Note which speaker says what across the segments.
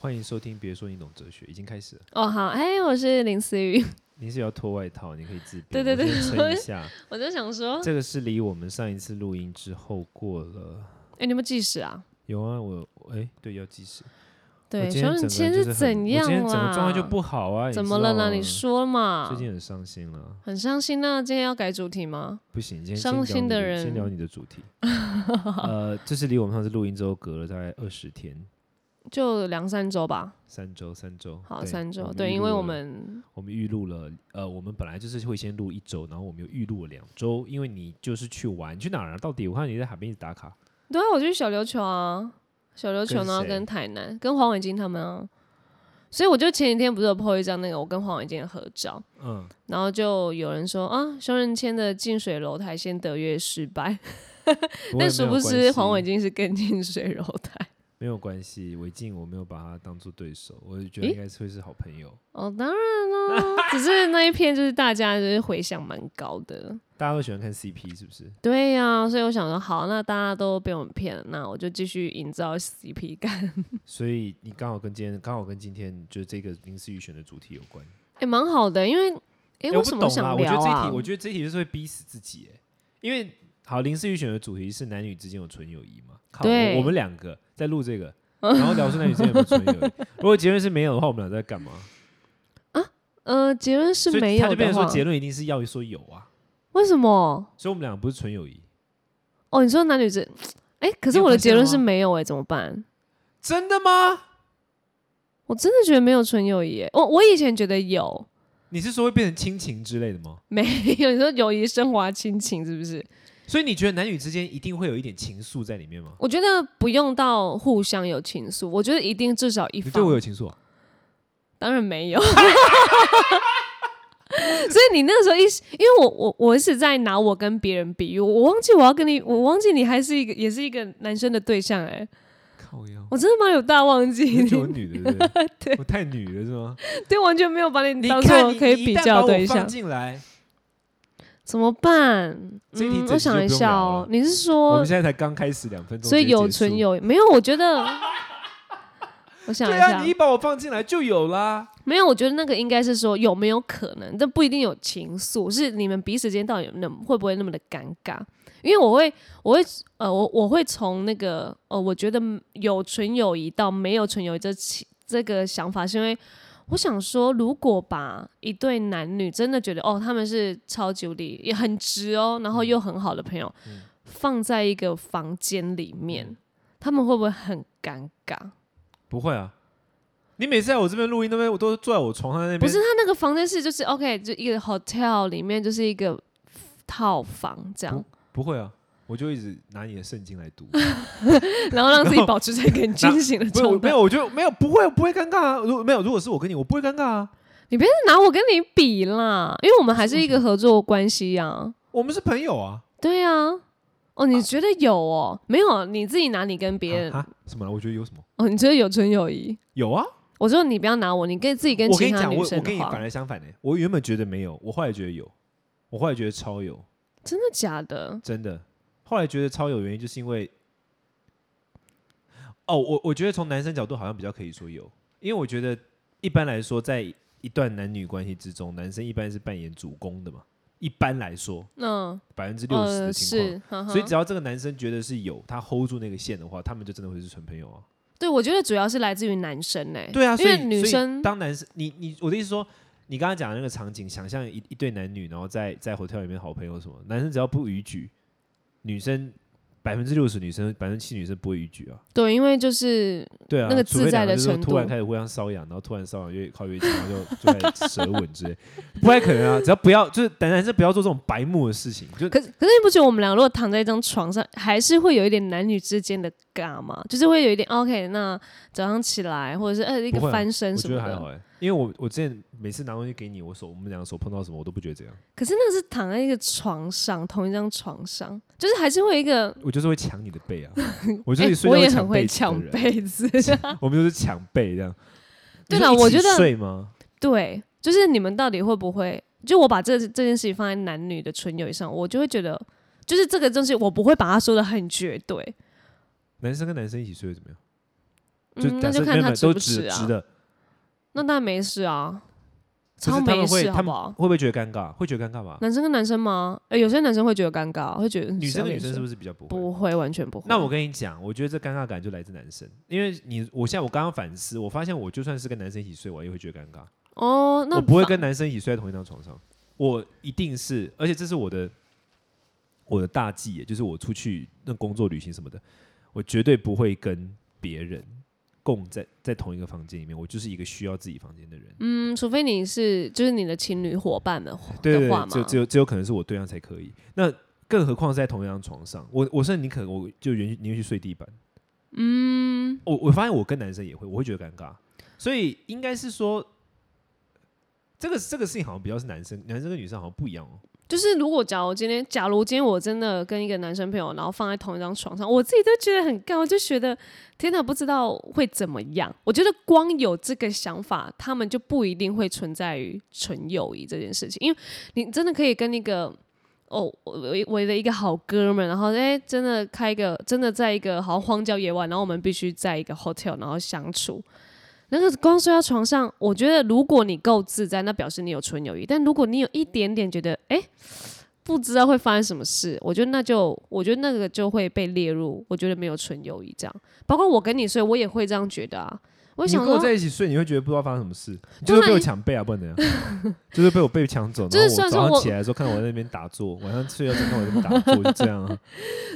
Speaker 1: 欢迎收听，别说你懂哲学，已经开始了。
Speaker 2: 哦，好，哎，我是林思雨，
Speaker 1: 你是要脱外套，你可以自编。
Speaker 2: 对对
Speaker 1: 我
Speaker 2: 对
Speaker 1: 先撑一 下。
Speaker 2: 我就想说，
Speaker 1: 这个是离我们上一次录音之后过了，
Speaker 2: 哎，你有没有计时啊？
Speaker 1: 有啊，我哎，对，要计时。我
Speaker 2: 对，
Speaker 1: 今
Speaker 2: 小
Speaker 1: 天整个
Speaker 2: 雨，你今天
Speaker 1: 就是是很
Speaker 2: 怎样
Speaker 1: 我
Speaker 2: 啦？
Speaker 1: 今天整个状态就不好啊，你
Speaker 2: 怎
Speaker 1: 知
Speaker 2: 么了
Speaker 1: 道
Speaker 2: 呢？你
Speaker 1: 吗
Speaker 2: 说嘛
Speaker 1: 最，近很伤心了，
Speaker 2: 很伤心呢。今天要改主题吗？
Speaker 1: 不行，今天先
Speaker 2: 伤
Speaker 1: 聊
Speaker 2: 心
Speaker 1: 你
Speaker 2: 的
Speaker 1: 的
Speaker 2: 人
Speaker 1: 先聊你的主 题。呃，这是离我们上次录音之后隔了大概二十天，
Speaker 2: 就两三周吧，
Speaker 1: 三周，三周，
Speaker 2: 好，
Speaker 1: 对
Speaker 2: 三周。
Speaker 1: 们
Speaker 2: 对，
Speaker 1: 预
Speaker 2: 因为
Speaker 1: 录
Speaker 2: 我
Speaker 1: 了
Speaker 2: 们
Speaker 1: 我们预录了，呃，我们本来就是会先录一周，然后我们又预录了两周，因为你就是去玩，你去哪儿啊？到底我看你在海边一直打卡，
Speaker 2: 对啊，我去小琉球啊，小琉球
Speaker 1: 跟
Speaker 2: 呢
Speaker 1: 谁
Speaker 2: 跟台南跟黄伟金他们啊，所以我就前几天不是有 po 一张那个我跟黄伟金的合照，
Speaker 1: 嗯，
Speaker 2: 然后就有人说啊，熊仁谦的近水楼台先得月失败，
Speaker 1: 不过
Speaker 2: 但
Speaker 1: 也
Speaker 2: 殊
Speaker 1: 没有
Speaker 2: 不
Speaker 1: 关
Speaker 2: 知
Speaker 1: 系
Speaker 2: 黄伟金是更近水楼台。
Speaker 1: 没有关系，韦静我没有把他当做对手，我就觉得
Speaker 2: 诶
Speaker 1: 应该是会是好朋友，
Speaker 2: 哦，当然啦、只是那一篇就是大家就是回响蛮高的。
Speaker 1: 大家都喜欢看 CP 是不是？
Speaker 2: 对呀、所以我想说，好，那大家都被我们骗了，那我就继续营造 CP 感，
Speaker 1: 所以你刚好跟今天刚好跟今天就是这个林思雨选的主题有关，
Speaker 2: 也、蛮好的。因为，哎、
Speaker 1: 诶
Speaker 2: 为
Speaker 1: 我
Speaker 2: 什
Speaker 1: 不
Speaker 2: 么
Speaker 1: 懂
Speaker 2: 想
Speaker 1: 啊，我觉
Speaker 2: 聊
Speaker 1: 得这一
Speaker 2: 啊
Speaker 1: 题，？我觉得这一题就是会逼死自己，哎，因为好林思雨选的主题是男女之间有纯友谊嘛，靠
Speaker 2: 对
Speaker 1: 我我们两个在录 这个，然后聊出男女之间有没有纯友谊，如果结论是没有的话，我们俩在干嘛？
Speaker 2: 呃，结论
Speaker 1: 所
Speaker 2: 是
Speaker 1: 以
Speaker 2: 没
Speaker 1: 他
Speaker 2: 有
Speaker 1: 就变
Speaker 2: 的
Speaker 1: 成
Speaker 2: 话
Speaker 1: 说，结论一定是要说有啊，
Speaker 2: 为什么？
Speaker 1: 所以我们俩不是纯友谊，
Speaker 2: 哦，你说男女之，哎、可是
Speaker 1: 你有
Speaker 2: 我的
Speaker 1: 发现
Speaker 2: 结论
Speaker 1: 吗
Speaker 2: 是没有哎、怎么办？
Speaker 1: 真的吗？
Speaker 2: 我真的觉得没有纯友谊、欸，我我以前觉得有，
Speaker 1: 你是说会变成亲情之类的吗？
Speaker 2: 没 有。你说友谊升华亲情是不是？
Speaker 1: 所以你觉得男女之间一定会有一点情愫在里面吗？
Speaker 2: 我觉得不用到互相有情愫，我觉得一定至少一
Speaker 1: 你对我
Speaker 2: 方。
Speaker 1: 有情愫、啊？
Speaker 2: 当然没有。 所以你那个时候一，因为我我我是在拿我跟别人比喻，我忘记我要跟你，我忘记你还是一个也是一个男生的对象哎、
Speaker 1: 靠 腰，
Speaker 2: 我真的把你有大忘记，
Speaker 1: 你是我
Speaker 2: 你
Speaker 1: 女的，对不对？我太女了是吗？
Speaker 2: 对完全没有把你
Speaker 1: 你
Speaker 2: 当
Speaker 1: 看
Speaker 2: 做
Speaker 1: 你
Speaker 2: 可以比较的
Speaker 1: 你一
Speaker 2: 对
Speaker 1: 旦把我
Speaker 2: 象
Speaker 1: 放，进来，
Speaker 2: 怎么办？
Speaker 1: 这一题
Speaker 2: 嗯，
Speaker 1: 整集
Speaker 2: 我
Speaker 1: 就
Speaker 2: 想一
Speaker 1: 不用
Speaker 2: 下
Speaker 1: 聊
Speaker 2: 哦
Speaker 1: 了，
Speaker 2: 你是
Speaker 1: 我
Speaker 2: 说
Speaker 1: 们现在才刚开始两分钟，
Speaker 2: 所以有
Speaker 1: 纯
Speaker 2: 存。有没有？我 觉得，我想一
Speaker 1: 对
Speaker 2: 下，
Speaker 1: 啊，你一把我放进来就有啦。
Speaker 2: 没有。我觉得那个应该是说有没有可能，但不一定有情愫，是你们彼此间到底有那么会不会那么的尴尬？因为我会，我会，呃，我我会从那个呃，我觉得有纯友谊到没有纯友谊这起这个想法，是因为我想说，如果把一对男女真的觉得哦，他们是超级无敌也很直哦，然后又很好的朋友，
Speaker 1: 嗯
Speaker 2: 放在一个房间里面，他们会不会很尴尬？
Speaker 1: 不会啊，你每次来我这边录音那边，我都坐在我床上那边。
Speaker 2: 不是，他那个房间是就是 OK，就一个 hotel 里面就是一个套房这样，
Speaker 1: 不会啊，我就一直拿你的圣经来 读。
Speaker 2: 然后让自己保持在一个很清醒的
Speaker 1: 没有
Speaker 2: 状
Speaker 1: 没
Speaker 2: 态。
Speaker 1: 有，我就没有不会不会尴尬啊。如果没有，如果是我跟你，我不会尴尬啊。
Speaker 2: 你别拿我跟你比啦，因为我们还是
Speaker 1: 嗯
Speaker 2: 一个合作关系呀、啊。
Speaker 1: 我们是朋友啊。
Speaker 2: 对啊，哦，你觉得有哦？没有，你自己拿你跟别人
Speaker 1: 啊啊啊什么啦？我觉得有什么？
Speaker 2: 哦，你觉得有纯友谊？
Speaker 1: 有啊。
Speaker 2: 我说你不要拿我，你跟自己跟
Speaker 1: 我跟你
Speaker 2: 其他
Speaker 1: 讲，
Speaker 2: 女
Speaker 1: 我我
Speaker 2: 生
Speaker 1: 跟
Speaker 2: 的
Speaker 1: 你反
Speaker 2: 话，
Speaker 1: 而相反呢、我原本觉得没有，我后来觉得有，我后来觉得超有，
Speaker 2: 真的假的？
Speaker 1: 真的。后来觉得超有原因，就是因为，哦，我我觉得从男生角度好像比较可以说有，因为我觉得一般来说，在一段男女关系之中，男生一般是扮演主攻的嘛，一般来说
Speaker 2: 嗯，
Speaker 1: 百分之六十
Speaker 2: 呃，
Speaker 1: 的情况。
Speaker 2: 是，呵呵
Speaker 1: 所以只要这个男生觉得是有，他 hold 住那个线的话，他们就真的会是纯朋友啊。
Speaker 2: 对，我觉得主要是来自于男生呢、
Speaker 1: 对啊，
Speaker 2: 欸
Speaker 1: 所
Speaker 2: 因
Speaker 1: 以
Speaker 2: 为女
Speaker 1: 所以
Speaker 2: 生
Speaker 1: 当男生，你你我的意思说，你刚刚讲的那个场景，想象一一对男女，然后在在 hotel 里面好朋友什么，男生只要不逾矩，女生百分之六十女生百分之七女生不会逾矩啊，
Speaker 2: 对，因为就是
Speaker 1: 对啊，
Speaker 2: 那个
Speaker 1: 除非
Speaker 2: 自在
Speaker 1: 两个
Speaker 2: 的
Speaker 1: 就是
Speaker 2: 程
Speaker 1: 突然
Speaker 2: 度
Speaker 1: 开始互相瘙痒，然后突然瘙痒越靠越近，然后就就在舌吻之类，不太可能啊，只要不要就是男男生不要做这种白目的事情，就
Speaker 2: 可是可是你不觉得我们俩如果躺在一张床上，还是会有一点男女之间的尬吗？就是会有一点 OK，那早上起来或者是呃一
Speaker 1: 不会
Speaker 2: 个
Speaker 1: 啊
Speaker 2: 翻身
Speaker 1: 我
Speaker 2: 什
Speaker 1: 觉
Speaker 2: 么
Speaker 1: 得还
Speaker 2: 的，
Speaker 1: 好哎、因为我我之前每次拿东西给你，我手我们两个手碰到什么我都不觉得怎样，
Speaker 2: 可是那个是躺在一个床上，同一张床上，就是还是会有一个，
Speaker 1: 我就是会抢你的 背啊，我就是
Speaker 2: 诶
Speaker 1: 睡
Speaker 2: 哎我
Speaker 1: 觉
Speaker 2: 也
Speaker 1: 抢
Speaker 2: 很会
Speaker 1: 被子的人
Speaker 2: 抢被子，
Speaker 1: 我们就是抢背这样。
Speaker 2: 对
Speaker 1: 你
Speaker 2: 啦
Speaker 1: 说一
Speaker 2: 我
Speaker 1: 起
Speaker 2: 觉得
Speaker 1: 睡吗？
Speaker 2: 对，就是你们到底会不会？就我把这这件事情放在男女的纯友谊上，我就会觉得，就是这个东西我不会把它说的很绝对，
Speaker 1: 男生跟男生一起睡会怎么样？就
Speaker 2: 嗯，
Speaker 1: 假
Speaker 2: 那就
Speaker 1: 设
Speaker 2: 看
Speaker 1: 没有没
Speaker 2: 他
Speaker 1: 有
Speaker 2: 值
Speaker 1: 都
Speaker 2: 不值
Speaker 1: 直
Speaker 2: 啊
Speaker 1: 直的，
Speaker 2: 那当然没事啊，
Speaker 1: 可
Speaker 2: 超
Speaker 1: 是他
Speaker 2: 没
Speaker 1: 们会
Speaker 2: 事好
Speaker 1: 他
Speaker 2: 不
Speaker 1: 们
Speaker 2: 好？
Speaker 1: 会不会觉得尴尬？会觉得尴尬吧？
Speaker 2: 男生跟男生吗？哎、有些男生会觉得尴尬，会觉得嗯
Speaker 1: 女生跟女生是不
Speaker 2: 是
Speaker 1: 是比较不会？
Speaker 2: 不会完全不会？
Speaker 1: 那我跟你讲，我觉得这尴尬感就来自男生，因为你，我现在我刚刚反思，我发现我就算是跟男生一起睡，我也会觉得尴尬。
Speaker 2: 哦，那
Speaker 1: 我不会
Speaker 2: 反
Speaker 1: 跟男生一起睡在同一张床上，我一定是，而且这是我的我的大忌耶，就是我出去那工作、旅行什么的，我绝对不会跟别人共在在同一个房间里面，我就是一个需要自己房间的人。
Speaker 2: 嗯，除非你是就是你的情侣伙伴的话
Speaker 1: 对对
Speaker 2: 的
Speaker 1: 对，
Speaker 2: 话嘛，
Speaker 1: 只有只有只有可能是我对象才可以。那更何况是在同一张床上，我我甚至你可能我就允许你会去睡地板。嗯，我我发现我跟男生也会，我会觉得尴尬，所以应该是说，这个这个事情好像比较是男生男生跟女生好像不一样哦。
Speaker 2: 就是如果假如今天，假如今天我真的跟一个男生朋友，然后放在同一张床上，我自己都觉得很干，我就觉得天哪，不知道会怎么样。我觉得光有这个想法，他们就不一定会存在于纯友谊这件事情，因为你真的可以跟一个。哦，我我我的一个好哥们，然后哎、真的开一个，真的在一个好像荒郊野外，然后我们必须在一个 hotel，然后相处，那个光睡到床上，我觉得如果你够自在，那表示你有纯友谊；但如果你有一点点觉得，哎、不知道会发生什么事，我觉得那就，我觉得那个就会被列入，我觉得没有纯友谊这样。包括我跟你睡，我也会这样觉得啊。我
Speaker 1: 你
Speaker 2: 想
Speaker 1: 跟我
Speaker 2: 说，
Speaker 1: 在一起睡，你会觉得不知道发生什么事，你就是
Speaker 2: 当然
Speaker 1: 被我抢被啊，不然怎样？ 就是被我被抢走，
Speaker 2: 就是
Speaker 1: 然后我
Speaker 2: 虽然说
Speaker 1: 早
Speaker 2: 我
Speaker 1: 上起来的时候看到我在那边打坐，晚上睡觉时候看我在那边打坐，就这样啊。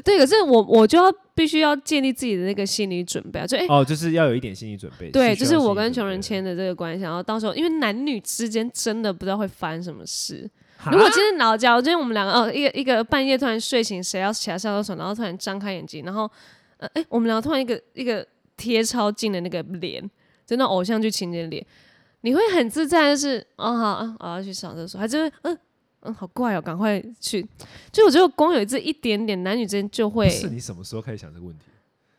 Speaker 2: 对，可是我我就要必须要建立自己的那个心理准备啊，就哎、
Speaker 1: 哦，就是要有一点心理准备。
Speaker 2: 对，
Speaker 1: 需
Speaker 2: 就
Speaker 1: 要
Speaker 2: 是
Speaker 1: 有
Speaker 2: 我
Speaker 1: 心理
Speaker 2: 跟
Speaker 1: 准
Speaker 2: 穷人
Speaker 1: 备的
Speaker 2: 签的这个关系，然后到时候因为男女之间真的不知道会发生什么事，
Speaker 1: 哈
Speaker 2: 如果今天老假如今天我们两个哦，一个一个半夜突然睡醒，谁要起来上厕所，然后突然张开眼睛，然后呃，哎、我们两个突然一个一个贴超近的那个脸，真的偶像剧情节脸，你会很自在，就是哦好，嗯，我要去上厕所，还是会嗯嗯好怪哦，赶快去。就我觉得光有这一点点，男女之间就会
Speaker 1: 不是你什么时候开始想这个问题？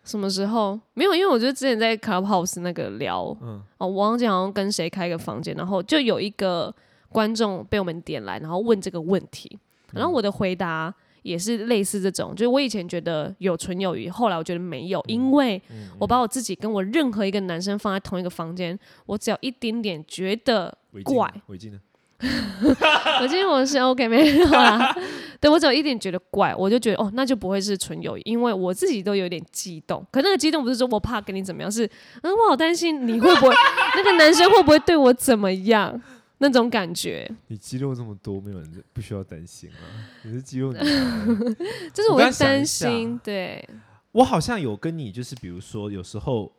Speaker 2: 什么时候没有？因为我觉得之前在 Clubhouse 那个聊，
Speaker 1: 嗯
Speaker 2: 哦，我忘记好像跟谁开个房间，然后就有一个观众被我们点来，然后问这个问题，然后我的回答也是类似这种，就是我以前觉得有纯友谊，后来我觉得没有，因为我把我自己跟我任何一个男生放在同一个房间，我只要一丁点觉得
Speaker 1: 围巾呢
Speaker 2: 怪，，
Speaker 1: 围巾呢？
Speaker 2: 我今天我是 OK 没有 啦，对我只有一点觉得怪，我就觉得哦，那就不会是纯友谊，因为我自己都有点激动。可那个激动不是说我怕跟你怎么样，是嗯，我好担心你会不会那个男生会不会对我怎么样那种感觉，
Speaker 1: 你肌肉这么多，没有人不需要担心啊。你是肌肉女孩。
Speaker 2: 就是
Speaker 1: 我
Speaker 2: 会
Speaker 1: 刚想一
Speaker 2: 担
Speaker 1: 下
Speaker 2: 心。对，
Speaker 1: 我好像有跟你，就是比如说，有时候，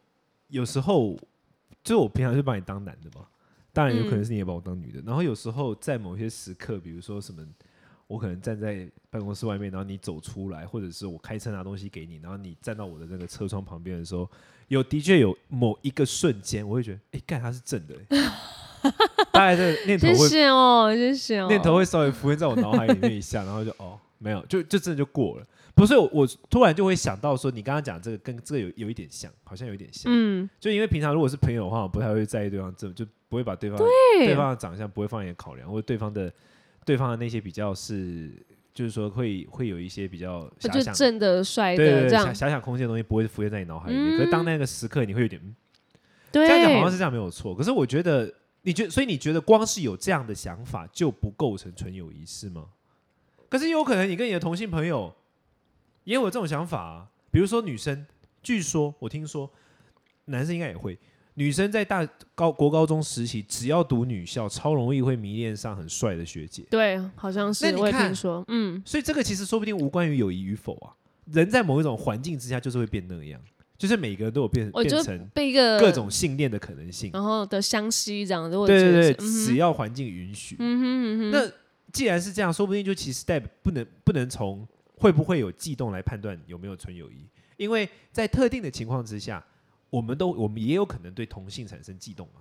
Speaker 1: 有时候，就我平常就把你当男的嘛，当然有可
Speaker 2: 嗯
Speaker 1: 能是你也把我当女的。然后有时候在某些时刻，比如说什么，我可能站在办公室外面，然后你走出来，或者是我开车拿东西给你，然后你站到我的那个车窗旁边的时候，有的确有某一个瞬间，我会觉得，哎、干他是正的、欸， 大概这个念头
Speaker 2: 谢
Speaker 1: 会
Speaker 2: 谢哦，谢谢哦。
Speaker 1: 念头会稍微浮现在我脑海里面一下， 然后就哦，没有，就就真的就过了。不是我，我突然就会想到说，你刚刚讲这个跟这个有有一点像，好像有一点像。
Speaker 2: 嗯，
Speaker 1: 就因为平常如果是朋友的话，我不太会在意对方这，就不会把对方
Speaker 2: 对
Speaker 1: 对方的长相不会放眼考量，或者对方的对方的那些比较是，就是说会会有一些比较
Speaker 2: 哦就
Speaker 1: 遐
Speaker 2: 就
Speaker 1: 想，
Speaker 2: 正的帅
Speaker 1: 对
Speaker 2: 的
Speaker 1: 对对，
Speaker 2: 这
Speaker 1: 遐
Speaker 2: 样，嗯
Speaker 1: 遐想空间的东西不会浮现在你脑海里面。可是当那个时刻，你会有点嗯
Speaker 2: 对，
Speaker 1: 这样讲好像是这样没有错。可是我觉得，你觉所以你觉得光是有这样的想法就不构成纯友谊是吗？可是也有可能你跟你的同性朋友也有这种想法啊。比如说女生，据说我听说，男生应该也会，女生在大高国高中时期，只要读女校，超容易会迷恋上很帅的学姐。
Speaker 2: 对，好像是
Speaker 1: 那你
Speaker 2: 我也
Speaker 1: 看
Speaker 2: 听说，嗯。
Speaker 1: 所以这个其实说不定无关于友谊与否啊。人在某一种环境之下，就是会变那样，就是每个人都有变
Speaker 2: 我呃
Speaker 1: 变
Speaker 2: 就
Speaker 1: 成
Speaker 2: 被一个
Speaker 1: 各种性恋的可能性。啊
Speaker 2: 然后的相吸这样子，我
Speaker 1: 对
Speaker 2: 觉得
Speaker 1: 对
Speaker 2: 是嗯
Speaker 1: 对，只要环境允许。
Speaker 2: 嗯哼嗯哼嗯哼，
Speaker 1: 那既然是这样，说不定就其实代表不能不能从会不会有悸动来判断有没有纯友谊，因为在特定的情况之下，我们都我们也有可能对同性产生悸动啊嘛。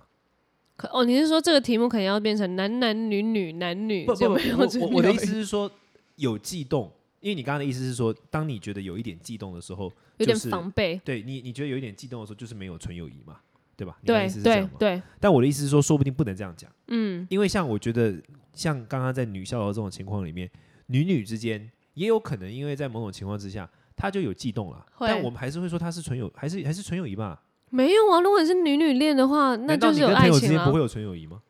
Speaker 2: 可哦，你是说这个题目可能要变成男男女女男女
Speaker 1: 不不
Speaker 2: 就
Speaker 1: 不，
Speaker 2: 没有
Speaker 1: 我
Speaker 2: 这
Speaker 1: 我
Speaker 2: 个
Speaker 1: 我的意
Speaker 2: 友谊
Speaker 1: 思是说有悸动，因为你刚刚的意思是说，当你觉得有一点悸动的时候，
Speaker 2: 有点
Speaker 1: 就是
Speaker 2: 防备，
Speaker 1: 对你你觉得有一点悸动的时候，就是没有纯友谊嘛，对吧？你的
Speaker 2: 对
Speaker 1: 意思是这样
Speaker 2: 对
Speaker 1: 嘛？
Speaker 2: 对，
Speaker 1: 但我的意思是说，说不定不能这样讲。
Speaker 2: 嗯，
Speaker 1: 因为像我觉得，像刚刚在女校的这种情况里面，女女之间也有可能，因为在某种情况之下，她就有悸动了。
Speaker 2: 会
Speaker 1: 但我们还是会说她是纯友，还是还是纯友谊吧？
Speaker 2: 没有啊，如果你是女女恋的话，那
Speaker 1: 难道
Speaker 2: 就
Speaker 1: 你
Speaker 2: 是有
Speaker 1: 跟朋
Speaker 2: 爱
Speaker 1: 友之
Speaker 2: 情
Speaker 1: 间
Speaker 2: 啊
Speaker 1: 不。会有纯友谊吗？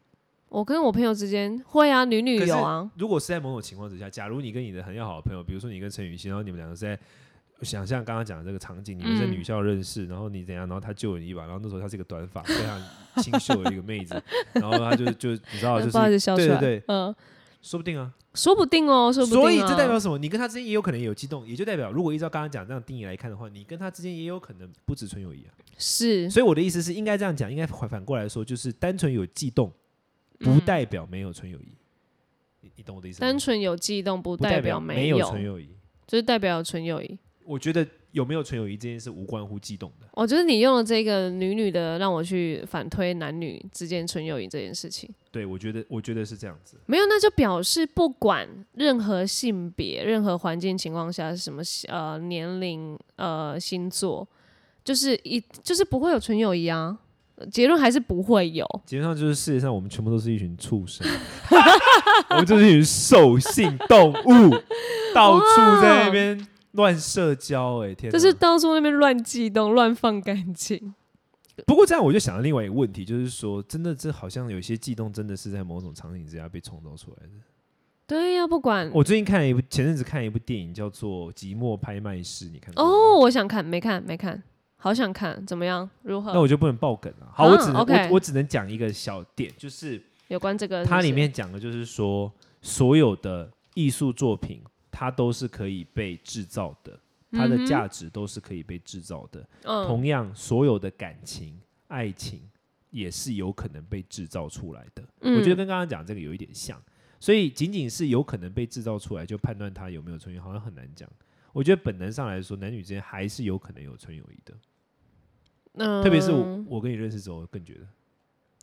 Speaker 2: 我跟我朋友之间会啊，女女
Speaker 1: 可是
Speaker 2: 有啊，
Speaker 1: 如果是在某种情况之下，假如你跟你的很要好的朋友，比如说你跟陈雨希，然后你们两个是在想象刚刚讲的这个场景，你们在
Speaker 2: 嗯
Speaker 1: 女校认识，然后你怎样，然后他救了你一把，然后那时候她是一个短发非常清秀的一个妹子，然后她就就你 知道哦就
Speaker 2: 不好意
Speaker 1: 是，
Speaker 2: 思笑出
Speaker 1: 对
Speaker 2: 来。
Speaker 1: 对对，
Speaker 2: 嗯，
Speaker 1: 说不定啊，
Speaker 2: 说不定哦，说不定、啊。
Speaker 1: 所以这代表什么？你跟他之间也有可能有激动，也就代表如果依照刚刚讲这样的定义来看的话，你跟他之间也有可能不止纯友谊啊。
Speaker 2: 是
Speaker 1: 所以我的意思是，应该这样讲，应该反反过来说，就是单纯有悸动，不代表没有纯友谊。你你懂我的意思吗？
Speaker 2: 嗯单纯有悸动，不
Speaker 1: 不代
Speaker 2: 表
Speaker 1: 没
Speaker 2: 有，
Speaker 1: 纯友谊。
Speaker 2: 就是代表有纯友谊。
Speaker 1: 我觉得有没有纯友谊这件事无关乎悸动的。
Speaker 2: 我觉得哦你用了这个女女的，让我去反推男女之间纯友谊这件事情。
Speaker 1: 对，我觉得我觉得是这样子。
Speaker 2: 没有，那就表示不管任何性别、任何环境情况下，是什么呃年龄、呃星座，就是一就是不会有纯友谊啊。结论还是不会有，
Speaker 1: 基本上就是世界上我们全部都是一群畜 生，我们就是一群兽性动物， 到处在那边乱社交、哎，天哪！
Speaker 2: 就是到处那边乱激动、乱放感情。
Speaker 1: 不过这样我就想到另外一个问题，就是说，真的这好像有些悸动，真的是在某种场景之下被创造出来的。
Speaker 2: 对呀、不管
Speaker 1: 我最近看了一部，前阵子看了一部电影叫做《寂寞拍卖师》，你看过吗
Speaker 2: 哦，我想看，没看，没看，好想看，怎么样？如何？
Speaker 1: 那我就不能爆梗了。好，
Speaker 2: 嗯
Speaker 1: 我只能、
Speaker 2: OK
Speaker 1: 我我只能讲一个小点，就是
Speaker 2: 有关这个是不是，
Speaker 1: 它里面讲的就是说，所有的艺术作品它都是可以被制造的，它的价值都是可以被制造的。
Speaker 2: 嗯
Speaker 1: 同样，所有的感情、爱情也是有可能被制造出来的。
Speaker 2: 嗯
Speaker 1: 我觉得跟刚刚讲这个有一点像，所以仅仅是有可能被制造出来就判断它有没有纯友谊，好像很难讲。我觉得本能上来说，男女之间还是有可能有纯友谊的，
Speaker 2: 嗯
Speaker 1: 特别是我我跟你认识之后，我更觉得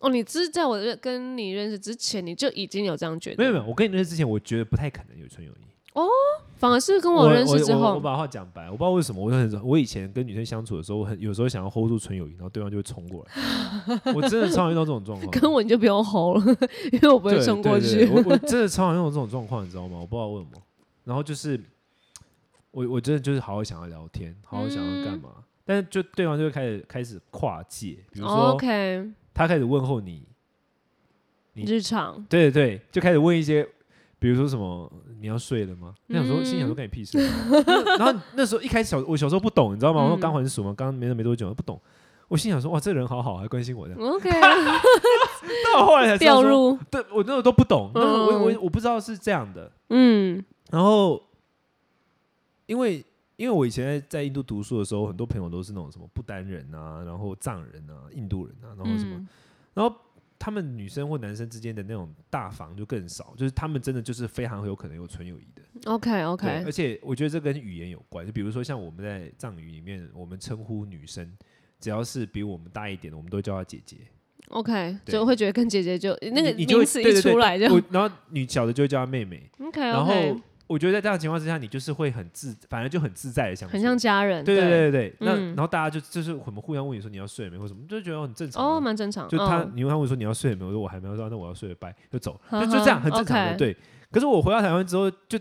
Speaker 2: 哦，你之在我认跟你认识之前，你就已经有这样觉得，
Speaker 1: 没有没有，，我跟你认识之前，我觉得不太可能有纯友谊。
Speaker 2: 反而是跟我认识之
Speaker 1: 我我
Speaker 2: 后，
Speaker 1: 把话讲白，我不知道为什么，我就很我以前跟女生相处的时候，我很有时候想要 hold 住纯友谊，然后对方就会冲过来，我真的常常遇到这种状况。
Speaker 2: 跟我你就不用吼了，因为我不会
Speaker 1: 对
Speaker 2: 冲过
Speaker 1: 对对
Speaker 2: 去。
Speaker 1: 我我真的超常用这种状况，你知道吗？我不知道为什么。然后就是我我真的就是好好想要聊天，好好想要干
Speaker 2: 嗯
Speaker 1: 嘛，但是就对方就会开始开始跨界，比如说
Speaker 2: 哦 OK，
Speaker 1: 他开始问候你，你
Speaker 2: 日常
Speaker 1: 对对对，就开始问一些。比如说什么你要睡了吗？那想说心想说
Speaker 2: 嗯
Speaker 1: 干你屁事啊。 然后那时候一开始小我小时候不懂，你知道吗？我
Speaker 2: 嗯
Speaker 1: 刚还俗嘛，刚没没多久不懂。我心想说哇，这人好好，还关心我这样。
Speaker 2: OK，
Speaker 1: 但我后来才知道
Speaker 2: 掉
Speaker 1: 说
Speaker 2: 入
Speaker 1: 对我那时候都不懂，那时候我
Speaker 2: 嗯
Speaker 1: 我我不知道是这样的。
Speaker 2: 嗯
Speaker 1: 然后，因为因为我以前在在印度读书的时候，很多朋友都是那种什么不丹人啊，然后藏人啊，印度人啊，然后什么，
Speaker 2: 嗯
Speaker 1: 然后他们女生或男生之间的那种大房就更少，就是他们真的就是非常有可能有纯友谊的。
Speaker 2: 嗯，OK
Speaker 1: 对，
Speaker 2: OK，
Speaker 1: 而且我觉得这跟语言有关，就比如说像我们在藏语里面，我们称呼女生只要是比我们大一点的，我们都叫她姐姐。
Speaker 2: OK，
Speaker 1: 对
Speaker 2: 就会觉得跟姐姐就那个
Speaker 1: 你你就会
Speaker 2: 名词
Speaker 1: 对
Speaker 2: 一
Speaker 1: 对对
Speaker 2: 出来就
Speaker 1: 我然后女小的就会叫她妹妹。
Speaker 2: OK
Speaker 1: 然后
Speaker 2: OK，
Speaker 1: 我觉得在这样的情况之下，你就是会很自，反正就很自在的相处，
Speaker 2: 很像家人，
Speaker 1: 对对对对对。那、
Speaker 2: 嗯
Speaker 1: 然后大家就就是我们互相问你说你要睡没或什么，就觉得很正常啊。
Speaker 2: 哦，蛮正常，
Speaker 1: 就他，
Speaker 2: 嗯
Speaker 1: 你问他我说你要睡没？我说我还没有，我说啊那我要睡了，拜，就走，
Speaker 2: 呵
Speaker 1: 就
Speaker 2: 呵
Speaker 1: 就这样，很正常的。
Speaker 2: 嗯 OK
Speaker 1: 对。可是我回到台湾之后，就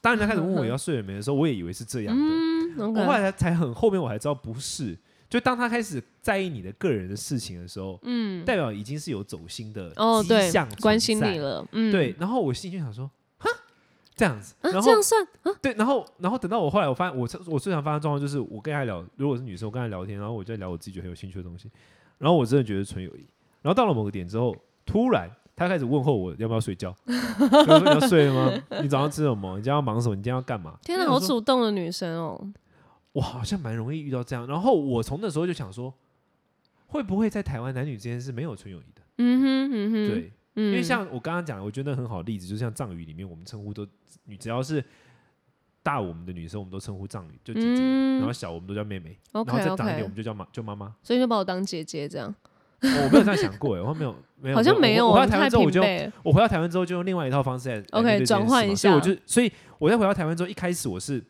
Speaker 1: 当人家开始问
Speaker 2: 呵
Speaker 1: 我
Speaker 2: 呵
Speaker 1: 要睡了没的时候，我也以为是这样的。
Speaker 2: 嗯
Speaker 1: 我后
Speaker 2: ，OK，
Speaker 1: 来才才很后面我才知道不是，就当他开始在意你的个人的事情的时候，
Speaker 2: 嗯，
Speaker 1: 代表已经是有走心的
Speaker 2: 哦，
Speaker 1: 迹
Speaker 2: 对
Speaker 1: 象，
Speaker 2: 关
Speaker 1: 存
Speaker 2: 心
Speaker 1: 在
Speaker 2: 你了，嗯，
Speaker 1: 对，，然后我心里就想说，哈，这样子，
Speaker 2: 啊，
Speaker 1: 然
Speaker 2: 这
Speaker 1: 后
Speaker 2: 样算
Speaker 1: 对，然后然后等到我后来，我发现我我最常发生的状况就是，我跟他聊，如果是女生，我跟他聊天，然后我就在聊我自己觉得很有兴趣的东西，然后我真的觉得纯友谊，然后到了某个点之后，突然他开始问候我要不要睡 觉，我说你要睡了吗？你早上吃什么？你今天要忙什么？你今天要干嘛？
Speaker 2: 天
Speaker 1: 我
Speaker 2: 哪，
Speaker 1: 想
Speaker 2: 好
Speaker 1: 说
Speaker 2: 主动的女生哦，
Speaker 1: 我好像蛮容易遇到这样，然后我从那时候就想说，会不会在台湾男女之间是没有纯友谊的？
Speaker 2: 嗯哼嗯哼，
Speaker 1: 对，
Speaker 2: 嗯，
Speaker 1: 因为像我刚刚讲的，我觉得很好的例子，就像藏语里面，我们称呼都你只要是大我们的女生，我们都称呼藏语就姐姐，
Speaker 2: 嗯
Speaker 1: 然后小我们都叫妹妹
Speaker 2: OK
Speaker 1: 然后再长一点我
Speaker 2: OK，
Speaker 1: 们就叫妈就妈妈。
Speaker 2: 所以就把我当姐姐这样，
Speaker 1: 哦我没有这样想过哎，我没有没有，
Speaker 2: 好像
Speaker 1: 没
Speaker 2: 没有，
Speaker 1: 我我回
Speaker 2: 我
Speaker 1: 到
Speaker 2: 们
Speaker 1: 台湾
Speaker 2: 太
Speaker 1: 之后，我
Speaker 2: 平
Speaker 1: 就
Speaker 2: 辈了，
Speaker 1: 我回到台湾之后就用另外一套方式来来
Speaker 2: OK，
Speaker 1: 面对这件
Speaker 2: 转
Speaker 1: 事
Speaker 2: 换
Speaker 1: 嘛
Speaker 2: 一
Speaker 1: 所以我
Speaker 2: 下
Speaker 1: 就所以我在回到台湾之后，一开始我是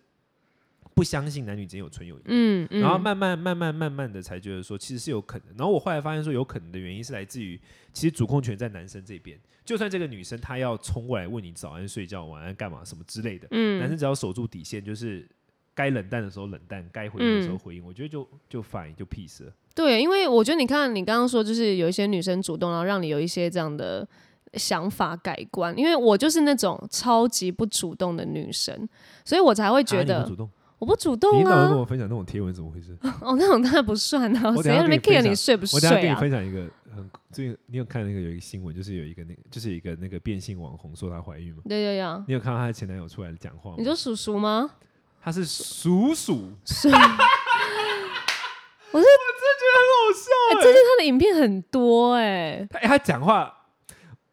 Speaker 1: 不相信男女之间有纯友谊。
Speaker 2: 嗯嗯，
Speaker 1: 然后慢慢慢慢慢慢的才觉得说，其实是有可能。然后我后来发现说，有可能的原因是来自于，其实主控权在男生这边。就算这个女生她要冲过来问你早安、睡觉、晚安、干嘛什么之类的，男
Speaker 2: 嗯
Speaker 1: 生只要守住
Speaker 2: 嗯
Speaker 1: 底线，就是该冷淡的时候冷淡，该回应的时候回应，我觉得就就 fine 就 peace 了。
Speaker 2: 对，因为我觉得你看，你刚刚说就是有一些女生主动，然后让你有一些这样的想法改观。因为我就是那种超级不主动的女生，所以我才会觉
Speaker 1: 啊你
Speaker 2: 得、
Speaker 1: 不主动，
Speaker 2: 我不主
Speaker 1: 你
Speaker 2: 动
Speaker 1: 领导都跟
Speaker 2: 啊。
Speaker 1: 我分享那种贴文怎么回 事？
Speaker 2: 哦，那种当然不算啊，
Speaker 1: 我等
Speaker 2: 谁
Speaker 1: 一下
Speaker 2: 在那边
Speaker 1: 跟你分
Speaker 2: care
Speaker 1: 享
Speaker 2: 你睡不
Speaker 1: 我等一下
Speaker 2: 睡
Speaker 1: 跟你
Speaker 2: 啊？
Speaker 1: 分享一个很最近，你有看那个有一个新闻，就是有一个那个就是有一个那个变性网红说她怀孕嘛？
Speaker 2: 对对呀，
Speaker 1: 你有看到她的前男友出来讲话吗？
Speaker 2: 嗯你说叔叔 吗？
Speaker 1: 他是鼠鼠，
Speaker 2: 是， 哎、
Speaker 1: 真的很好笑哎、
Speaker 2: 最近他的影片很多哎、
Speaker 1: 他哎他讲话，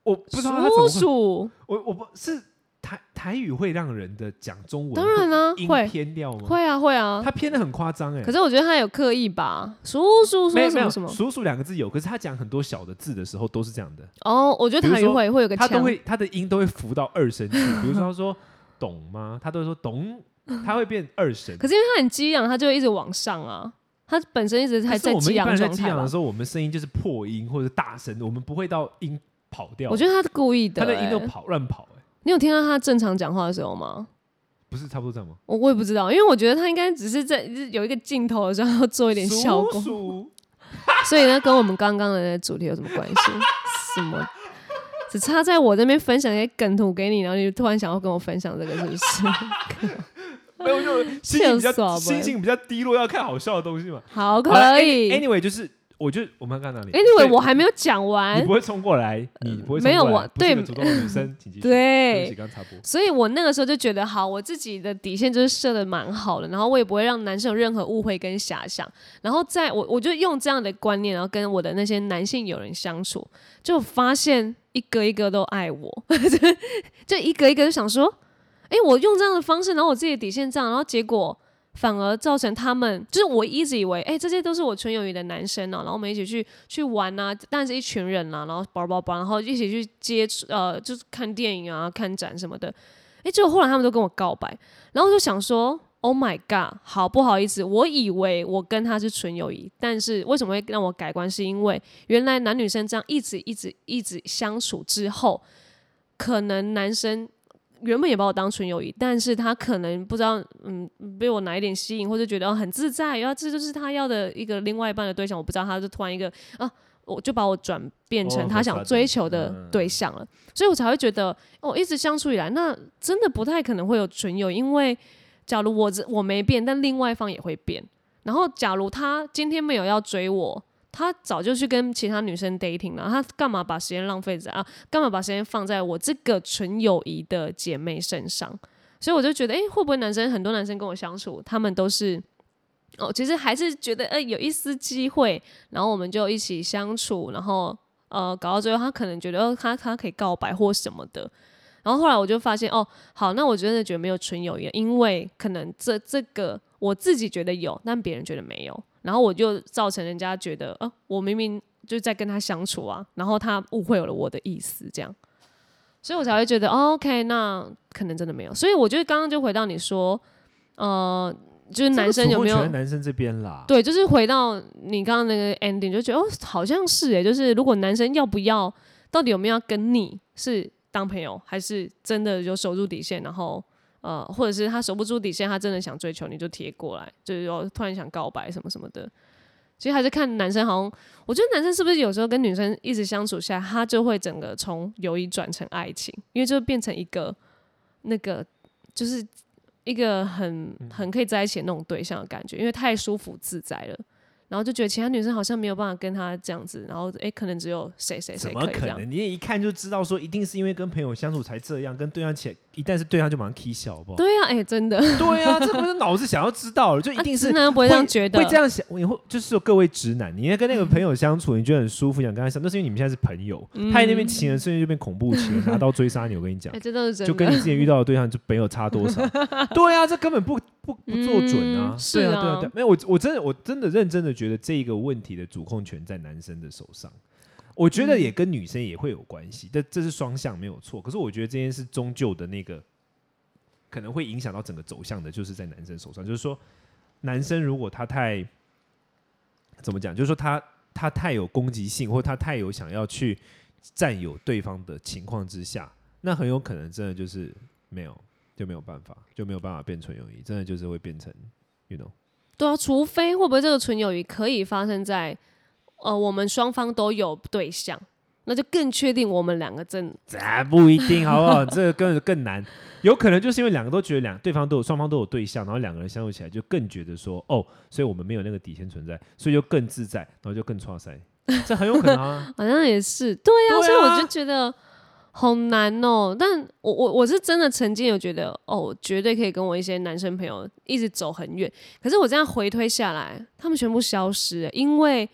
Speaker 1: 我不知道他怎么
Speaker 2: 叔
Speaker 1: 会，
Speaker 2: 叔，
Speaker 1: 我我不是台台语会让人的讲中文
Speaker 2: 当然啦、
Speaker 1: 音
Speaker 2: 会
Speaker 1: 偏掉吗？
Speaker 2: 会啊会啊。
Speaker 1: 他偏的很夸张哎。
Speaker 2: 可是我觉得他有刻意吧，叔叔
Speaker 1: 没
Speaker 2: 说
Speaker 1: 有没有
Speaker 2: 什么什么
Speaker 1: 鼠鼠两个字有，可是他讲很多小的字的时候都是这样的，
Speaker 2: 哦，我觉得
Speaker 1: 比如
Speaker 2: 台语
Speaker 1: 说
Speaker 2: 会会有个
Speaker 1: 他都
Speaker 2: 腔，
Speaker 1: 会他的音都会浮到二声去，比如说 他说懂吗？他都会说懂，他会变二声。
Speaker 2: 可是因为他很激昂，他就会一直往上啊，他本身一直
Speaker 1: 可
Speaker 2: 还
Speaker 1: 是
Speaker 2: 在
Speaker 1: 我们
Speaker 2: 激
Speaker 1: 一般
Speaker 2: 昂
Speaker 1: 人在
Speaker 2: 状
Speaker 1: 激
Speaker 2: 态
Speaker 1: 昂
Speaker 2: 吧
Speaker 1: 的。时候，我们声音就是破音或者大声，我们不会到音跑掉。
Speaker 2: 我觉得他是故意的、
Speaker 1: 他
Speaker 2: 欸，
Speaker 1: 的音都跑乱跑哎，
Speaker 2: 你有听到他正常讲话的时候吗？
Speaker 1: 不是差不多这样吗？
Speaker 2: 我我也不知道，因为我觉得他应该只是在就是有一个镜头的时候要做一点效果，
Speaker 1: 鼠
Speaker 2: 所以呢，跟我们刚刚的那个主题有什么关系？什么？只差在我这边分享一些梗图给你，然后你突然想要跟我分享这个，是不 是？
Speaker 1: 没有，就心情比
Speaker 2: 笑死我
Speaker 1: 较
Speaker 2: 们
Speaker 1: 心情比较低落，要看好笑的东西嘛。好
Speaker 2: 好，
Speaker 1: 了
Speaker 2: 可以。
Speaker 1: any- Anyway，就是我觉得我们要看哪里
Speaker 2: Anyway，
Speaker 1: 对
Speaker 2: 我还没有讲
Speaker 1: 你
Speaker 2: 完
Speaker 1: 不，会冲过来，你不会
Speaker 2: 没有
Speaker 1: 冲过来
Speaker 2: 我
Speaker 1: 不是一个
Speaker 2: 对嗯
Speaker 1: 主动的女生，请继续。对不
Speaker 2: 对
Speaker 1: 起，，刚刚插播。
Speaker 2: 所以我那个时候就觉得，好，我自己的底线就是设的蛮好的，然后我也不会让男生有任何误会跟遐想，然后在我我就用这样的观念，然后跟我的那些男性友人相处，就发现一个一个都爱我， 就一个一个就想说，诶，我用这样的方式，然后我自己的底线这样，然后结果。反而造成他们，就是我一直以为，诶，这些都是我纯友谊的男生呢、啊然后我们一起去去玩啊，当然是一群人啊啦、然后叭叭叭，然后一起去接触，呃，就是看电影啊、看展什么的，诶，结果后来他们都跟我告白，然后我就想说，Oh my god，好不好意思，我以为我跟他是纯友谊，但是为什么会让我改观？是因为原来男女生这样一直一直一直相处之后，可能男生。原本也把我当纯友谊，但是他可能不知道，嗯，被我哪一点吸引，或者觉得、哦、很自在，然后这就是他要的一个另外一半的对象。我不知道，他就突然一个啊，我就把我转变成
Speaker 1: 哦
Speaker 2: 他想追求的
Speaker 1: 嗯
Speaker 2: 对象了，所以我才会觉得，哦，一直相处以来，那真的不太可能会有纯友，因为假如我这我没变，但另外一方也会变。然后，假如他今天没有要追我，他早就去跟其他女生 dating 了，他干嘛把时间浪费在啊？干嘛把时间放在我这个纯友谊的姐妹身上？所以我就觉得，诶，会不会男生很多男生跟我相处，他们都是哦，其实还是觉得，诶，呃有一丝机会，然后我们就一起相处，然后呃，搞到最后，他可能觉得，哦，他他可以告白或什么的。然后后来我就发现，哦，好，那我真的觉得没有纯友谊了，因为可能这这个我自己觉得有，但别人觉得没有，然后我就造成人家觉得，呃，我明明就在跟他相处啊，然后他误会了我的意思，这样，所以我才会觉得、哦、，OK，那可能真的没有。所以我觉得刚刚就回到你说，呃，就是男生有没
Speaker 1: 这个主
Speaker 2: 有
Speaker 1: 控权在男生这边啦？
Speaker 2: 对，就是回到你刚刚那个 ending，就觉得哦，好像是诶，就是如果男生要不要，到底有没有要跟你是当朋友，还是真的有守住底线，然后呃，或者是他守不住底线，他真的想追求你就贴过来，就是哦，突然想告白什么什么的。其实还是看男生，好像我觉得男生是不是有时候跟女生一直相处下来，他就会整个从友谊转成爱情，因为就变成一个那个就是一个很
Speaker 1: 嗯
Speaker 2: 很可以在一起的那种对象的感觉，因为太舒服自在了。然后就觉得其他女生好像没有办法跟他这样子，然后诶，可能只有谁谁谁
Speaker 1: 怎么
Speaker 2: 以这
Speaker 1: 可
Speaker 2: 样。
Speaker 1: 能？你啊也一看就知道，说一定是因为跟朋友相处才这样，跟对象起来一旦是对象就马上 k 小，好不好？
Speaker 2: 对呀、啊诶，真的，
Speaker 1: 对啊，这不是脑子想要知道的，就一定
Speaker 2: 啊
Speaker 1: 是
Speaker 2: 直男又不会这样觉得，
Speaker 1: 会这样想。你会就是说各位直男，你要跟那个朋友相处，你觉得很舒服，想跟他相处，那是因为你们现在是朋友。
Speaker 2: 嗯
Speaker 1: 他在那边情人瞬间就变恐怖情人，拿刀追杀你。我跟你 讲
Speaker 2: 哎、，这都是真的，
Speaker 1: 就跟你之前遇到的对象就没有差多少。 对啊，这根本不不不做准啊！
Speaker 2: 嗯
Speaker 1: 对
Speaker 2: 是
Speaker 1: 啊，
Speaker 2: 啊
Speaker 1: 对啊，对啊。没有我我真的我真的认真的觉得这一个问题的主控权在男生的手上。我觉
Speaker 2: 嗯
Speaker 1: 得也跟女生也会有关系，但这是双向没有错。可是我觉得这件事终究的那个可能会影响到整个走向的，就是在男生手上。就是说，男生如果他太怎么讲，就是说他他太有攻击性，或他太有想要去占有对方的情况之下，那很有可能真的就是没有就没有办法，就没有办法变纯友谊，真的就是会变成，you know，
Speaker 2: 对啊，除非会不会这个纯友谊可以发生在呃我们双方都有对象，那就更确定我们两个真。
Speaker 1: 啊，不一定，好不好？这个更更难，有可能就是因为两个都觉得两对方都有双方都有对象，然后两个人相处起来就更觉得说，哦，所以我们没有那个底线存在，所以就更自在，然后就更创塞，这很有可能啊
Speaker 2: 好像也是对啊，
Speaker 1: 对啊
Speaker 2: 所以我就觉得好难哦。但我我我是真的曾经有觉得哦，我绝对可以跟我一些男生朋友一直走很远，可是我这样回推下来，他们全部消失了，因为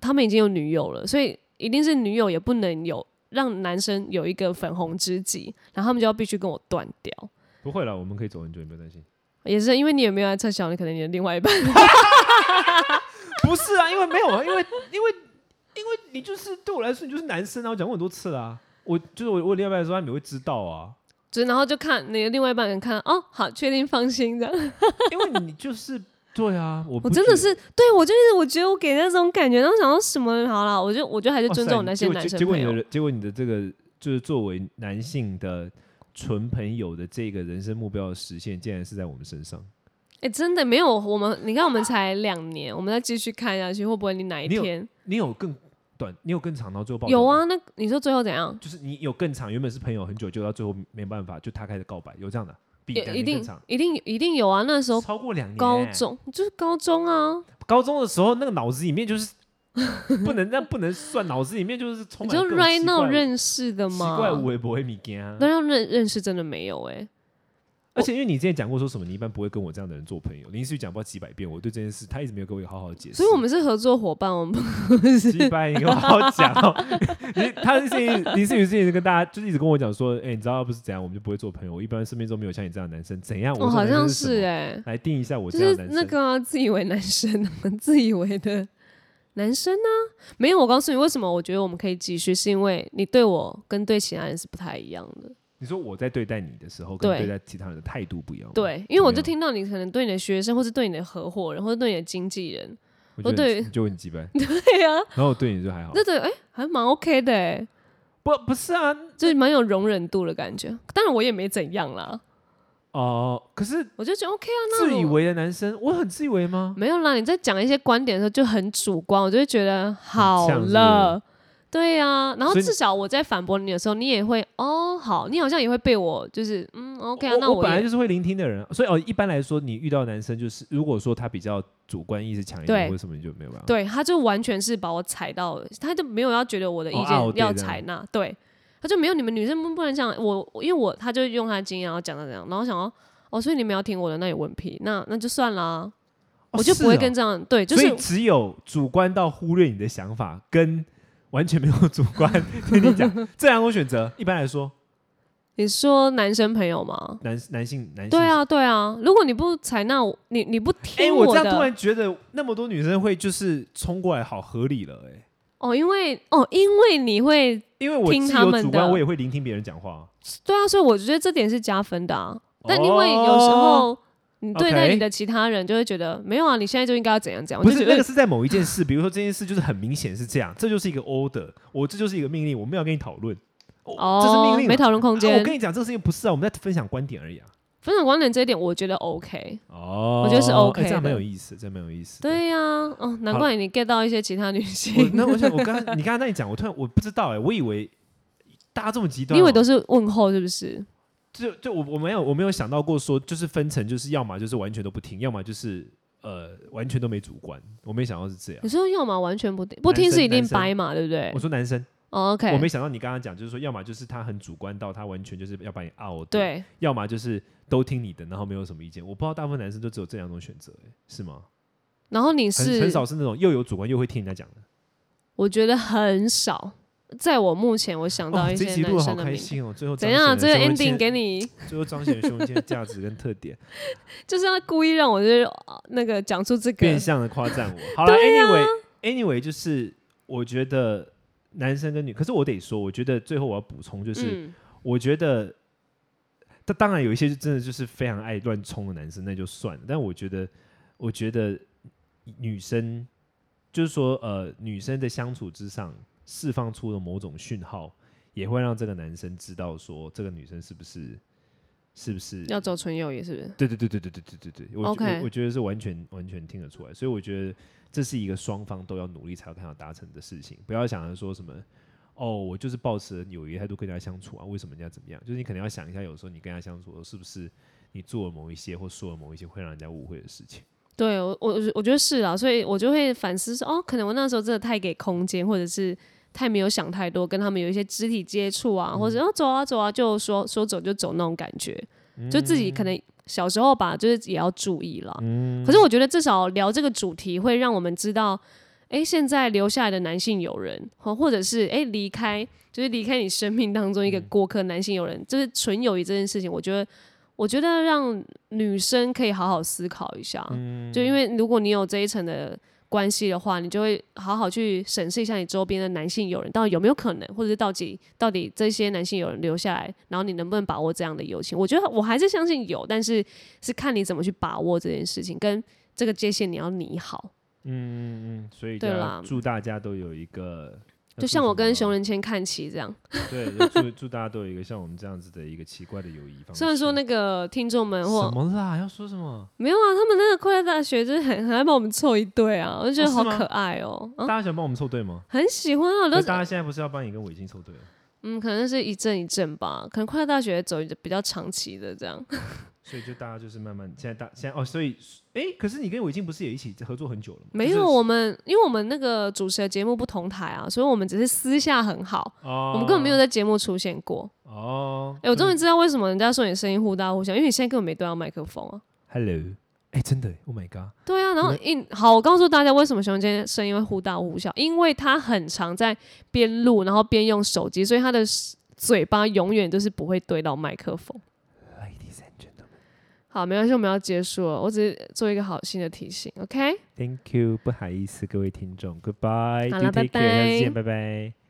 Speaker 2: 他们已经有女友了，所以一定是女友也不能有让男生有一个粉红知己，然后他们就要必须跟我断掉。
Speaker 1: 不会了，我们可以走很久，你不要担心。
Speaker 2: 也是因为你也没有在撤销，你可能你的另外一半
Speaker 1: 不是啊，因为没有啊，因为因为因为你就是对我来说，你就是男生啊，我讲过很多次啦、我就是我我另外一半说他们也会知道啊，
Speaker 2: 就是然后就看你的另外一半人看哦，好，确定放心这样。
Speaker 1: 因为你就是对啊，我
Speaker 2: 我
Speaker 1: 不
Speaker 2: 真
Speaker 1: 觉
Speaker 2: 的
Speaker 1: 得
Speaker 2: 是，对我就是我觉得我给那种感觉，然后想到什么好了，我就我就还是
Speaker 1: 哇
Speaker 2: 尊
Speaker 1: 塞
Speaker 2: 重那
Speaker 1: 结
Speaker 2: 些
Speaker 1: 果
Speaker 2: 男
Speaker 1: 结
Speaker 2: 生
Speaker 1: 结果
Speaker 2: 朋
Speaker 1: 你的
Speaker 2: 友。
Speaker 1: 人结果你的这个就是作为男性的纯朋友的这个人生目标的实现，竟然是在我们身上。
Speaker 2: 哎，真的没有我们，你看我们才两年，我们再继续看下去，会不会你哪一
Speaker 1: 你有
Speaker 2: 天
Speaker 1: 你有更短，你有更长到最后爆
Speaker 2: 有
Speaker 1: 掉吗？
Speaker 2: 啊？那你说最后怎样？
Speaker 1: 就是你有更长，原本是朋友很久，就到最后没办法，就他开始告白，有这样的，比
Speaker 2: 也
Speaker 1: 两
Speaker 2: 一
Speaker 1: 年
Speaker 2: 定
Speaker 1: 更长，
Speaker 2: 一定一定有啊！那时候
Speaker 1: 超过两年、
Speaker 2: 高中就是高中啊，
Speaker 1: 高中的时候，那个脑子里面就是 不能，那不能算，脑子里面就是充
Speaker 2: 你
Speaker 1: 满
Speaker 2: 就
Speaker 1: 各种
Speaker 2: right
Speaker 1: Oh 奇
Speaker 2: now
Speaker 1: 怪
Speaker 2: 认识的
Speaker 1: 奇怪
Speaker 2: 嘛
Speaker 1: 我，也不会米啊。
Speaker 2: 那要认认识真的没有哎。
Speaker 1: 而且因为你之前讲过说什么，你一般不会跟我这样的人做朋友，林思雨讲不知道几百遍，我对这件事他一直没有给我一个好好的解释。
Speaker 2: 所以我们是合作伙伴，我们不
Speaker 1: 几
Speaker 2: 是
Speaker 1: 百，你给我好好讲哦。 你他之前林思雨之前就跟大家就是一直跟我讲说，哎、你知道不是怎样，我们就不会做朋友。我一般身边都没有像你这样的男生，怎样？我这
Speaker 2: 哦，
Speaker 1: 种
Speaker 2: 好
Speaker 1: 男生
Speaker 2: 像
Speaker 1: 是
Speaker 2: 是
Speaker 1: 什么
Speaker 2: 哎，
Speaker 1: 来定一下我
Speaker 2: 就
Speaker 1: 这样
Speaker 2: 是
Speaker 1: 的男生。
Speaker 2: 那个啊、自以为男生啊， 自以为的男生呢、啊？没有，我告诉你，为什么我觉得我们可以继续，是因为你对我跟对其他人是不太一样的。
Speaker 1: 你说我在对待你的时候，跟
Speaker 2: 对
Speaker 1: 对待其他人的态度不一样吗。
Speaker 2: 对，因为我
Speaker 1: 怎么
Speaker 2: 就
Speaker 1: 样
Speaker 2: 听到你可能对你的学生，或是对你的合伙人，或者对你的经纪人，
Speaker 1: 我
Speaker 2: 我
Speaker 1: 觉得
Speaker 2: 哦对
Speaker 1: 你你就很 几百，
Speaker 2: 对啊，
Speaker 1: 然后我对你就还好。
Speaker 2: 那对，哎、还蛮 OK 的、欸，
Speaker 1: 不不是啊，
Speaker 2: 就是蛮有容忍度的感觉。当然我也没怎样啦，
Speaker 1: 哦、可是
Speaker 2: 我就觉得 OK 啊。那
Speaker 1: 自以
Speaker 2: 我
Speaker 1: 为的男生，我很自以为吗？
Speaker 2: 没有啦，你在讲一些观点的时候就很主观，我就会觉得好
Speaker 1: 很呛是不是
Speaker 2: 了，对呀、啊。然后
Speaker 1: 所以你
Speaker 2: 至少我在反驳你的时候，你也会哦，好，你好像也会被我就是嗯，OK 啊，那
Speaker 1: 我本来
Speaker 2: 也
Speaker 1: 就是会聆听的人，所以哦，一般来说，你遇到男生就是，如果说他比较主观意识强一
Speaker 2: 对
Speaker 1: 点，或者什么，你就没有办法。
Speaker 2: 对，他就完全是把我踩到，他就没有要觉得我的意
Speaker 1: 哦啊我
Speaker 2: 见
Speaker 1: 对
Speaker 2: 要
Speaker 1: 这样
Speaker 2: 采纳，对，他就没有你们女生不不能这样，我我因为我他就用他的经验然后讲到这样，然后想哦，哦，所以你们要听我的，那也问屁，那那就算啦、
Speaker 1: 哦
Speaker 2: 我就不会
Speaker 1: 是哦
Speaker 2: 跟这样，对，就
Speaker 1: 所
Speaker 2: 是
Speaker 1: 以只有主观到忽略你的想法，跟完全没有主 观听你讲这两种选择，一般来说，
Speaker 2: 你说男生朋友吗？
Speaker 1: 男男性男性
Speaker 2: 对。啊，对啊，如果你不采纳我，你你不
Speaker 1: 哎、
Speaker 2: 听
Speaker 1: 我这
Speaker 2: 的，
Speaker 1: 样突然觉得那么多女生会就是冲过来，好合理了哎、
Speaker 2: 哦，因为哦，因为你会
Speaker 1: 因为我
Speaker 2: 听
Speaker 1: 自
Speaker 2: 他
Speaker 1: 由
Speaker 2: 们
Speaker 1: 主观，
Speaker 2: 的
Speaker 1: 我也会聆听别人讲话。
Speaker 2: 对啊，所以我觉得这点是加分的啊。但因为有时
Speaker 1: 哦
Speaker 2: 候你对待
Speaker 1: OK
Speaker 2: 你的其他人，就会觉得没有啊，你现在就应该要怎样怎样，
Speaker 1: 不
Speaker 2: 就是觉
Speaker 1: 那
Speaker 2: 得
Speaker 1: 个是在某一件事，比如说这件事就是很明显是这样，这就是一个 order，我这就是一个命令，我没有跟你讨论，哦，这是
Speaker 2: 哦
Speaker 1: 命，令
Speaker 2: 没
Speaker 1: 嘛。
Speaker 2: 讨论空
Speaker 1: 啊
Speaker 2: 间
Speaker 1: 我。跟你讲，这个事情不是啊，我们在分享观点而已啊。
Speaker 2: 分享观点这一点，我觉得 OK。
Speaker 1: 哦
Speaker 2: 我觉得是 OK
Speaker 1: 这样
Speaker 2: 的
Speaker 1: 蛮有意思，这样蛮有意思。
Speaker 2: 对呀，哦，难
Speaker 1: 好
Speaker 2: 怪你 get 到一些其他女
Speaker 1: 我
Speaker 2: 性，
Speaker 1: 那我想，我刚刚你刚刚那你讲，我突然我不知道哎、我以为大家这么极端哦、
Speaker 2: 你以为都是问候是不是？
Speaker 1: 就就我我没有我没有想到过说，就是分成就是要么就是完全都不听，要么就是呃完全都没主观，我没想到是这样
Speaker 2: 你。说要么完全不听，不
Speaker 1: 男
Speaker 2: 听是
Speaker 1: 生
Speaker 2: 一定
Speaker 1: 男生
Speaker 2: 掰嘛，对不对
Speaker 1: 我说男生，
Speaker 2: 哦
Speaker 1: 我
Speaker 2: ？OK，
Speaker 1: 没想到你刚刚讲就是说，要么就是他很主观到他完全就是要把你 out，掉
Speaker 2: 对，
Speaker 1: 要么就是都听你的，然后没有什么意见。我不知道大部分男生都只有这两种选择、欸，是吗？
Speaker 2: 然后你
Speaker 1: 很
Speaker 2: 是
Speaker 1: 很少是那种又有主观又会听人家讲的。
Speaker 2: 我觉得很少。在我目前，我想到
Speaker 1: 哦，
Speaker 2: 一
Speaker 1: 这
Speaker 2: 些
Speaker 1: 一集
Speaker 2: 男
Speaker 1: 录得好
Speaker 2: 生的
Speaker 1: 开
Speaker 2: 名字。
Speaker 1: 心哦！最后
Speaker 2: 怎
Speaker 1: 彰显
Speaker 2: 样？
Speaker 1: 了
Speaker 2: 这个
Speaker 1: 胸
Speaker 2: ending
Speaker 1: 襟
Speaker 2: 给你，
Speaker 1: 最后彰显了胸襟的价值跟特 点，
Speaker 2: 就是要故意让我就是呃那个讲出这个
Speaker 1: 变。相的夸赞
Speaker 2: 啊
Speaker 1: 我。好了、a n y w a y a n y w a y 就是我觉得男生跟女，可是我得说，我觉得最后我要补充就是，
Speaker 2: 嗯，
Speaker 1: 我觉得，他当然有一些就真的就是非常爱乱冲的男生，那就算了。但我觉得，我觉得女生就是说，呃，女生的相处之上释放出的某种讯号，也会让这个男生知道说，这个女生是不是是不是？
Speaker 2: 要走纯友谊是不是？
Speaker 1: 对对对对对对对对对，我
Speaker 2: OK
Speaker 1: 我我觉得是完全完全听得出来，所以我觉得这是一个双方都要努力才有办法达成的事情，不要想着说什么哦，我就是抱持友谊态度跟人家相处啊，为什么人家怎么样？就是你可能要想一下，有时候你跟人家相处是不是你做了某一些或说了某一些会让人家误会的事情。
Speaker 2: 对我我我觉得是啦，所以我就会反思说，哦，可能我那时候真的太给空间，或者是太没有想太多，跟他们有一些肢体接触啊，或者哦走啊走啊，就说说走就走那种感觉，就自己可能小时候吧，就是也要注意啦。可是我觉得至少聊这个主题，会让我们知道。哎，现在留下来的男性友人，或或者是哎离开，就是离开你生命当中一个过客，男性友人，就是纯友谊这件事情，我觉得，我觉得让女生可以好好思考一下。
Speaker 1: 嗯
Speaker 2: 就因为如果你有这一层的关系的话，你就会好好去审视一下你周边的男性友人，到底有没有可能，或者是到底到底这些男性友人留下来，然后你能不能把握这样的友情？我觉得我还是相信有，但是是看你怎么去把握这件事情，跟这个界限你要拟好。
Speaker 1: 嗯嗯嗯，所以
Speaker 2: 对
Speaker 1: 大家
Speaker 2: 啦
Speaker 1: 祝大家都有一个，
Speaker 2: 就像我跟熊
Speaker 1: 人
Speaker 2: 仁谦看齐这样，
Speaker 1: 对，就祝祝大家都有一个像我们这样子的一个奇怪的友谊方式。
Speaker 2: 虽然说那个听众们
Speaker 1: 什
Speaker 2: 或
Speaker 1: 么啦，要说什么？
Speaker 2: 没有啊，他们那个快乐大学就是很很爱帮我们凑一对啊，我就觉得
Speaker 1: 哦
Speaker 2: 好
Speaker 1: 是吗
Speaker 2: 可爱哦、啊
Speaker 1: 大家想帮我们凑对吗？
Speaker 2: 很喜欢啊，都
Speaker 1: 可是大家现在不是要帮你跟伟星凑对了？
Speaker 2: 嗯，可能是一阵一阵吧，可能快乐大学走比较长期的这样。
Speaker 1: 所以就大家就是慢慢现在大现在哦，所以哎、可是你跟伟静不是也一起合作很久了吗？
Speaker 2: 没
Speaker 1: 就是
Speaker 2: 有我们，因为我们那个主持的节目不同台啊，所以我们只是私下很好，
Speaker 1: 哦，
Speaker 2: 我们根本没有在节目出现过。
Speaker 1: 哦
Speaker 2: 哎、。我终于
Speaker 1: 于
Speaker 2: 知道为什么人家说你声音忽大忽小，因为你现在根本没对到麦克风啊。
Speaker 1: Hello，哎、真的，Oh my god，
Speaker 2: 对啊，然后一好，我告诉大家为什么熊今天声音会忽大忽小，因为他很常在边录然后边用手机，所以他的嘴巴永远都是不会对到麦克风。
Speaker 1: ，Ladies and gentlemen，Thank
Speaker 2: 好，没关系，我们要结束了，我只是做一个好心的提醒，OK。
Speaker 1: you，不好意思各位听众，Goodbye，
Speaker 2: 好
Speaker 1: do
Speaker 2: 了
Speaker 1: take care，下次见，
Speaker 2: 拜
Speaker 1: 拜拜。